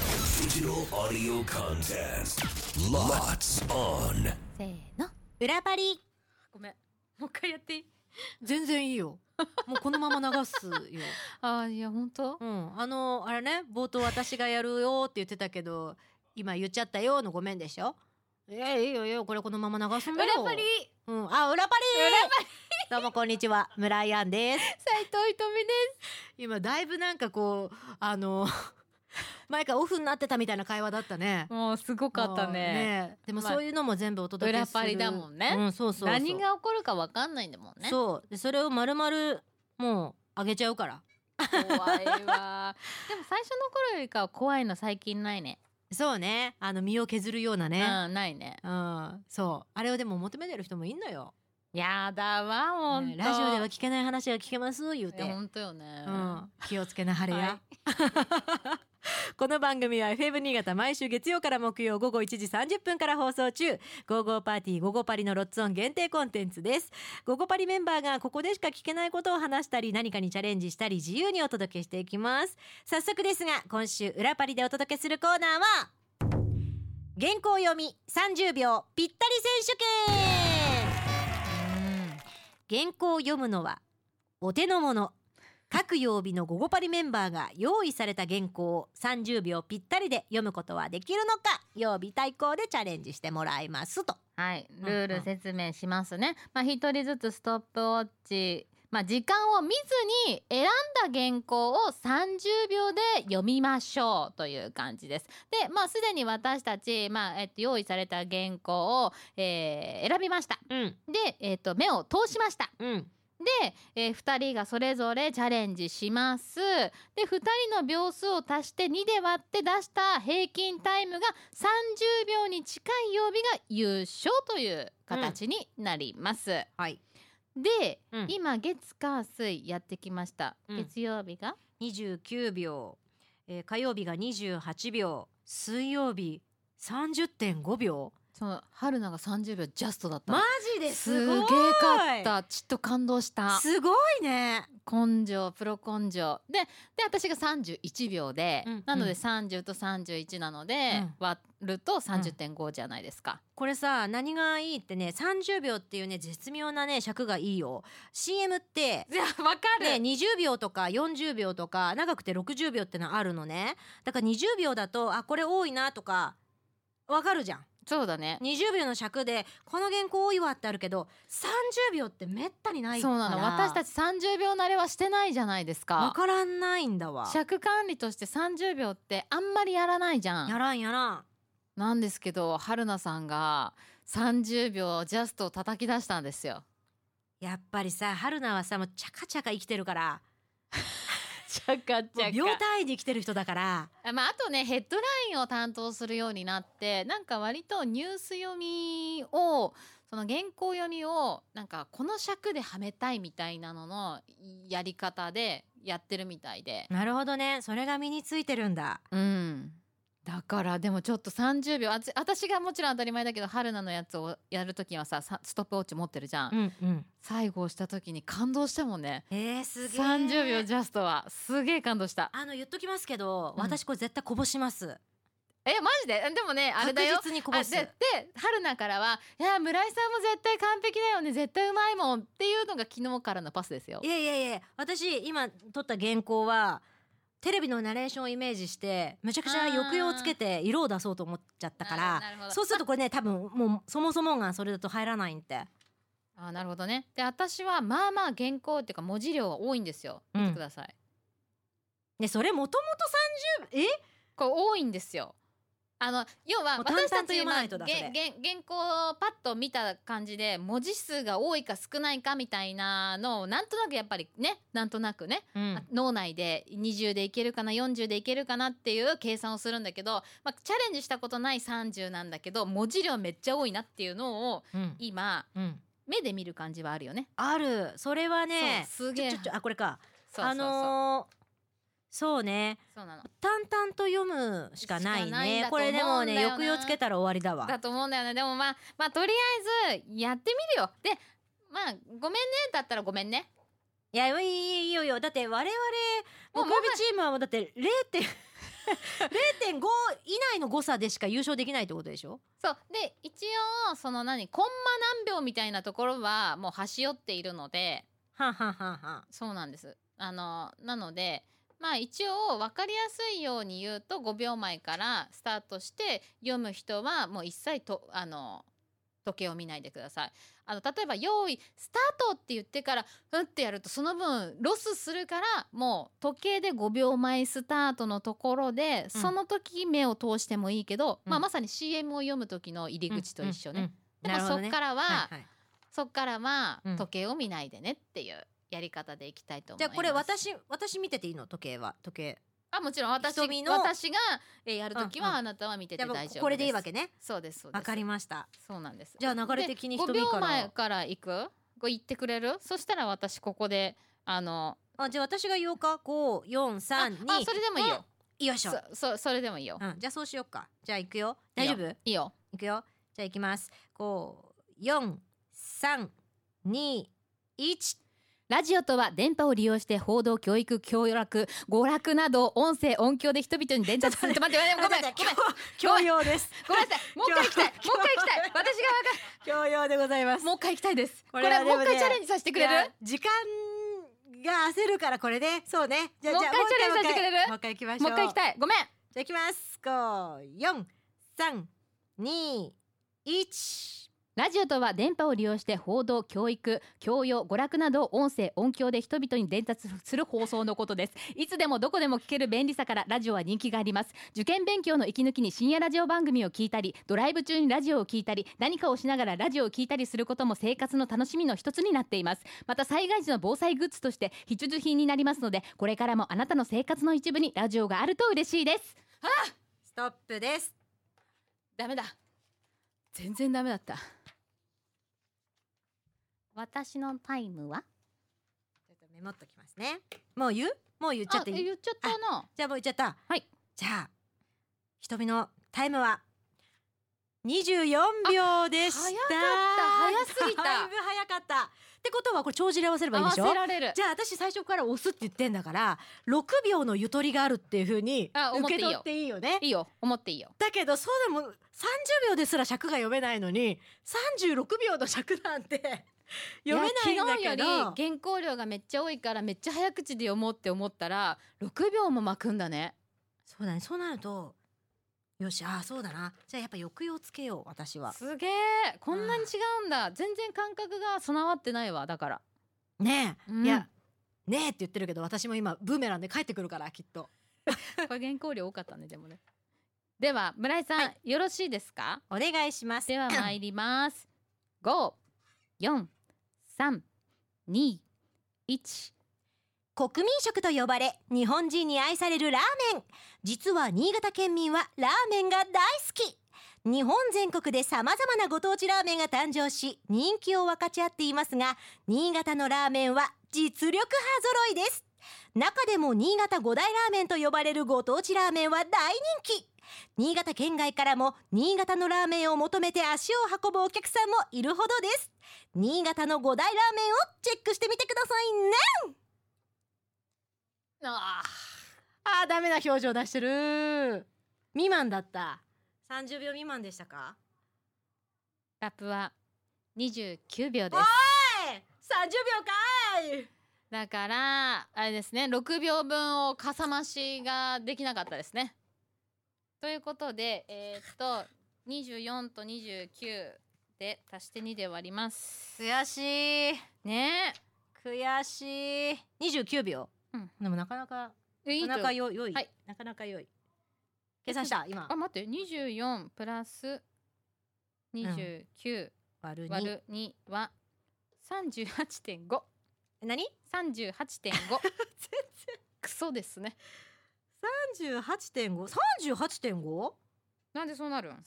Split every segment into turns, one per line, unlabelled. Digital audio contest. Lots on.
せーの裏パリ
ごめん。もう一回やっていい
全然いい よもうこのまま流すよ
ああ、いや、本当
うんあのあれね冒頭私がやるよって言ってたけど今言っちゃったよのごめんでしょいやいいよいいよこれこのまま流すんだ
裏
よ
パ リ
うんあ裏パリ どうもこんにちは村井ンです
斎藤ひとみです。
今だいぶなんかこうあの 前からオフになってたみたいな会話だったね
もうすごかった
もう
ね。
でも
まあ
そういうのも全部お届けする、
裏パリだもんね
うんそうそうそう
何が起こるかわかんないんだもんね。
そうでそれをまるまるもうあげちゃうから
怖いわ。でも最初の頃よりかは怖いの最近ないね。
そうねあの身を削るようなね、
うん、ないね。
うんそうあれをでも求めてる人もいんのよ、
やだわ、ほん
ね
と。
ラジオでは聞けない話が聞けます言う
い
て、
や、ほんとよね。
うん、気をつけなはれ
は
や、この番組は FM 新潟毎週月曜から木曜午後1時30分から放送中「ゴーゴーパーティーゴーゴーパリ」のロッツオン限定コンテンツですゴーゴーパリメンバーがここでしか聞けないことを話したり何かにチャレンジしたり自由にお届けしていきます早速ですが今週裏パリでお届けするコーナーは原稿読み30秒ぴったり選手権原稿を読むのはお手の物各曜日の午後パリメンバーが用意された原稿を30秒ぴったりで読むことはできるのか曜日対抗でチャレンジしてもらいますと
はい、
ん
ルール説明しますね。まあ一人ずつストップウォッチ、まあ時間を見ずに選んだ原稿を30秒で読みましょうという感じです。で、まあすでに私たち、まあえっと用意された原稿を、えー選びました。
うん
で、えっと目を通しました。
うん
で、えー、2人がそれぞれチャレンジしますで2人の秒数を足して2で割って出した平均タイムが30秒に近い曜日が優勝という形になります、
はい
で、
うん
今月火水やってきました、
うん
月曜日が
29秒、えー火曜日が28秒水曜日30.5秒
その春菜が30秒ジャストだった
マジですごい
すげえかったちょっと感動した
すごいね
根性プロ根性でで私が31秒で、
うん
なの
う
で
ん
30と31なので、
うん
割ると30.5じゃないですか、
これさ何がいいってね30秒っていうね絶妙なね尺がいいよ CM って
じゃあ分か
ね、20秒とか40秒とか長くて60秒ってのあるのねだから20秒だとあこれ多いなとかわかるじゃん
そうだね
20秒の尺でこの原稿多いわってあるけど30秒ってめったにない
そ
から
うなの私た
ち
ち30秒慣れはしてないじゃないですか
わからんないんだわ
尺管理として30秒ってあんまりやらないじゃ
や
ん
らんやらん
なんですけど春菜さんが30秒ジャストを叩き出したんですよ
やっぱりさ春菜はさもうチャカチャカ生きてるから
ちゃかち
もう秒単位で生きてる人だから
あまあ、あとねヘッドラインを担当するようになってなんか割とニュース読みをその原稿読みをなんかこの尺ではめたいみたいなののやり方でやってるみたいで。
なるほどねそれが身についてるんだ
うんだからでもちょっと30秒あつ私がもちろん当たり前だけど春菜のやつをやるときはささストップウォッチ持ってるじゃん、
んうん
最後押したときに感動したもんね
えー、すげえ
30秒ジャストはすげえ感動した
あの言っときますけど、
うん
私これ絶対こぼします
えマジででもねあれだよ
確実にこ
あ
ぼ
ですで春菜からは「いや村井さんも絶対完璧だよね絶対うまいもん」っていうのが昨日からのパスですよ
い。やいやいや私今撮った原稿はテレビのナレーションをイメージしてむちゃくちゃ抑揚をつけて色を出そうと思っちゃったから
なるほど
そうするとこれね多分もうそもそもがそれだと入らないんで
あーなるほどね。で私はまあまあ原稿っていうか文字量は多いんですよ。
うん
見てください。
でそれもともと30え
これ多いんですよ。あの要は
もう淡々と
私たち
読ま
今
ないと
原
だ
原
それ
原稿をパッと見た感じで文字数が多いか少ないかみたいなのをなんとなくやっぱりねなんとなくねあ脳内で20でいけるかな40でいけるかなっていう計算をするんだけど、まあ、チャレンジしたことない30なんだけど文字量めっちゃ多いなっていうのを
うん
今
うん
目で見る感じはあるよね。
あるそれはね
そうすげえ
ちょちょちょあこれか
そうそうそう、
あのーそうね
そうなの
淡々と読むしかな
し
い
かないん
ね
だと
こ
思う
れ
んだ
で
よな
もね抑揚つけたら終わりだわ
だと思うんだよねでもまあまあとりあえずやってみるよでまあごめんねだったらごめんね
いやいいよいいよいいよだって我々
もう
木曜日チームはもうだって0点0.5以内の誤差でしか優勝できないってことでしょ
そうで一応その何コンマ何秒みたいなところはもう端折っているので
はんはんはんはん
そうなんですあのなのでまあ一応分かりやすいように言うと5秒前からスタートして読む人はもう一切とあの時計を見ないでくださいあの例えば「用意スタート!」って言ってから「うん」ってやるとその分ロスするからもう時計で5秒前スタートのところで、
うん
その時目を通してもいいけど、ま
う
あ、
ん
まさに CM を読む時の入り口と一緒ね。
うんうんうん
でも
なるほど
そっ
ね
からは、
はいはい
そっからは
うん
時計を見ないでねっていうやり方でいきたいと思
じ
い
ゃ
ま
あ
す。
これ私私見てていいの時計は時計
あもちろん私
瞳の
私がえーやるとき
うんうん
はあなたは見てて
やっ
大丈
ぱ
夫です。
これでいいわけね
そうですそうです。
わかりました
そうなんです。
じゃあ流れ的に
5
瞳
秒
か
前
ら
から行く？こう言ってくれる？そしたら私ここであの
あじゃあ私が言おうか
あ
5432
あそれでもいいよ。
よいしょ
そそそれでもいいよ。
うんじゃあそうしようかじゃあ行くよ大丈夫
いいよ。
いくよじゃあ行きます5321
ラジオとは電波を利用して報道、教育、教育、娯楽など音声、音響で人々に伝達する。ちょっと待って、ごめん、ごめん、ごめん
教養です
なさい。もう一回行きたい。もう一回行きたい。私が分か
教養でございます
る。 もう一回行きたいです。
こ
こ
れ
れ
は
もう一
でも
回
ね
チャレンジさせてくれ
いや
る？
時間が焦るからこれでそうねじゃあじゃあ
もう一回
もう一
チャレンジさせてくれる
もう一回行きましょ
もう
う
一回行きたい。ごめん。
じゃあ行きます5432
ラジオとは電波を利用して報道、教育、教養、娯楽などを音声、音響で人々に伝達する放送のことです。いつでもどこでも聞ける便利さからラジオは人気があります。受験勉強の息抜きに深夜ラジオ番組を聞いたり、ドライブ中にラジオを聞いたり、何かをしながらラジオを聞いたりすることも生活の楽しみの一つになっています。また災害時の防災グッズとして必需品になりますので、これからもあなたの生活の一部にラジオがあると嬉しいです。
ストップです
ダメだ全然ダメだった私のタイムは
ちょっとメモっときますねもう言うもう言っちゃっていい
言っちゃったな
じゃあもう言っちゃった
はい
じゃあ瞳のタイムは24秒でした
あ早かった早すぎた
だいぶ早かったってことはこれ帳尻合わせればいいでしょ
合わせられる
じゃあ私最初から押すって言ってんだから6秒のゆとりがあるっていうふうに
あ思っ
受
ていい
け
よ
取っていいよね
いいよ思っていいよ
だけどそうだもん30秒ですら尺が読めないのに36秒の尺なんて 読めないんだけど
いや昨日より原稿量がめっちゃ多いからめっちゃ早口で読もうって思ったら6秒も巻くんだね
そうだねそうなるとよしああそうだなじゃあやっぱ抑揚つけよう私は
すげえこんなに違うんだ全然感覚が備わってないわだから、
ねえ、
うん
いやねえって言ってるけど私も今ブーメランで帰ってくるからきっと
これ原稿量多かったねでもねでは村井さん、
は
よろしいですか
お願いします
では参ります。五、四、三、二、一。
国民食と呼ばれ日本人に愛されるラーメン実は新潟県民はラーメンが大好き日本全国で様々なご当地ラーメンが誕生し人気を分かち合っていますが新潟のラーメンは実力派揃いです中でも新潟五大ラーメンと呼ばれるご当地ラーメンは大人気新潟県外からも新潟のラーメンを求めて足を運ぶお客さんもいるほどです新潟の五大ラーメンをチェックしてみてくださいね
ああ、
あーダメな表情出してる未満だった30秒未満でしたか
ラップは二十九秒で
お
す。
はい30秒かい
だからあれですね、六秒分をかさ増しができなかったですね。ということで、えー、っと二十四と二十九で足して二で割ります。
悔しい
ね
悔しい29秒、
うん
でもなかなか
え、いい
な
と
かな。かよ良い、
はい
なかなか良い計算した今
あ、待って、二十四プラス二十九。
割る
割
2
る2は38.5。
何
38.5。全然。クソですね。
38.538.5?38.5
なんでそうなるん
に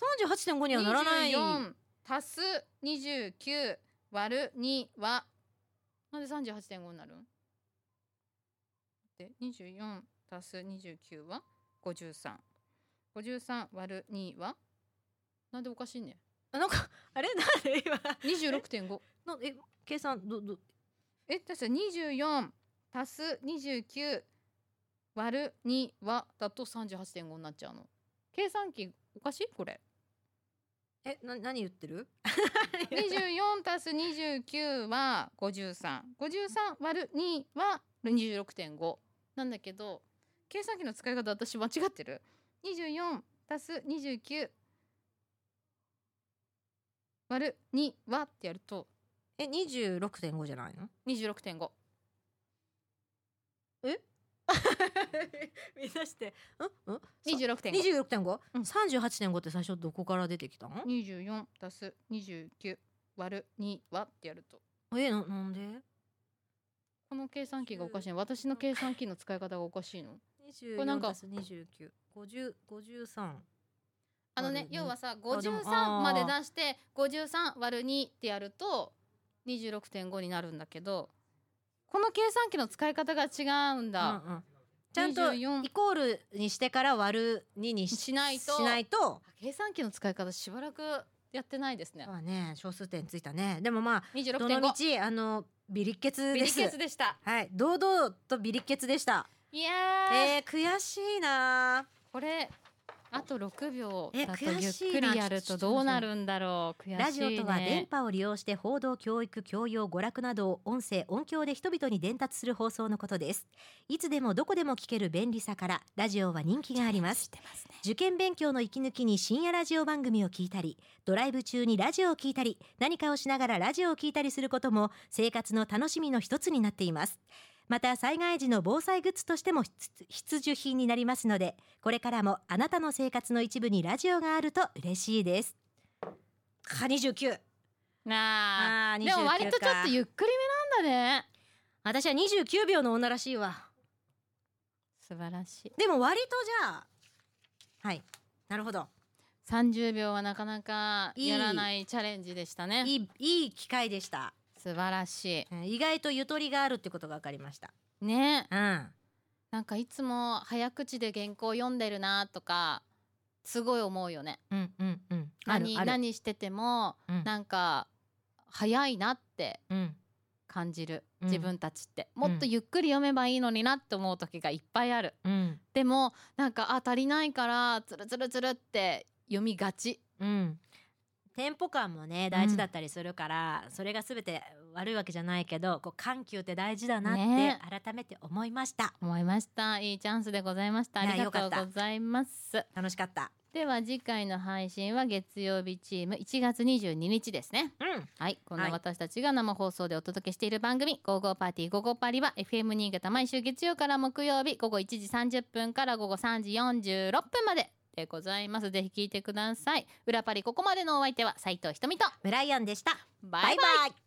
はならない
24足す29割る2は、なんで38.5になるんで、24足す29は53。53割る2はなんでおかしいね。
なんかあれなんで今
26.5。
のえ計算どど
え、確か24足す29割る2はだと38.5になっちゃうの計算機おかしいこれ
えな何言ってる
24たす29は5353割る2は26.5なんだけど計算機の使い方私間違ってる24たす29割る2はってやると
え二26.5じゃないの
26.5
見出してうんうん
26.5
26.5
うん
38.5って最初どこから出てきたの
24たす29割る2はってやると
えななんで
この計算機がおかしいの私の計算機の使い方がおかしいのれなん
24
か
足す29 50 53
あのね
割る二
要はさ
あでも
53まで出して53割る2ってやると26.5になるんだけどこの計算機の使い方が違うんだ、
うんうんちゃんと
24
イコールにしてから割る2に
しないと
しないと
計算機の使い方しばらくやってないですね
そうだね小数点ついたねでもまあどの
26.5
道あのビリッケツ
ビ
で
リ
す
ケツでした
はい堂々とビリッケツでした
いやー、
えー、悔しいな
これあと6秒
え
だと
悔
ゆっ
しいな
くりやるとどうなるんだろう悔しいね
ラジオとは電波を利用して報道教育教養娯楽などを音声音響で人々に伝達する放送のことですいつでもどこでも聞ける便利さからラジオは人気があります受験勉強の息抜きに深夜ラジオ番組を聞いたりドライブ中にラジオを聞いたり何かをしながらラジオを聞いたりすることも生活の楽しみの一つになっていますまた災害時の防災グッズとしても必必需品になりますのでこれからもあなたの生活の一部にラジオがあると嬉しいですか29
なあ
あー
でも割とちょっと
29か
ゆっくりめなんだね
私は29秒の女らしいわ
素晴らしい
でも割とじゃあはいなるほど
30秒はなかなか
いい
やらないチャレンジでしたね
いいいい機会でした
素晴らし
うん意外とゆとりがあるってことが分かりました
いね
うん
なんかいつも早口で原稿読んでるなとかすごい思うよね
うんうんうんある
何
ある
何してても
うん
なんか早いなって
うん
感じる
うん
自分たちって、
ん
もっとゆっくり読めばいいのになって思う時がいっぱいある
うん
でもなんかあ足りないからつるつるつるって読みがち
うん、テンポ感もね大事だったりするから、それが全て悪いわけじゃないけどこう緩急って大事だな
ね
って改めて思いました、
思いましたいいチャンスでございましたあ
いや
りがと
よ
う
かった
ございます
楽しかった
では次回の配信は月曜日チーム1月22日ですね
うん
はいこん
は
ない私たちが生放送でお届けしている番組「ゴーゴーパーティーゴーゴーパリ」は FM 新潟毎週月曜から木曜日午後1時30分から午後3時46分まででございますぜひ聞いてください裏パリここまでのお相手は斉藤ひとみと
ブライアンでした
バイバ
バイ
イ
バイ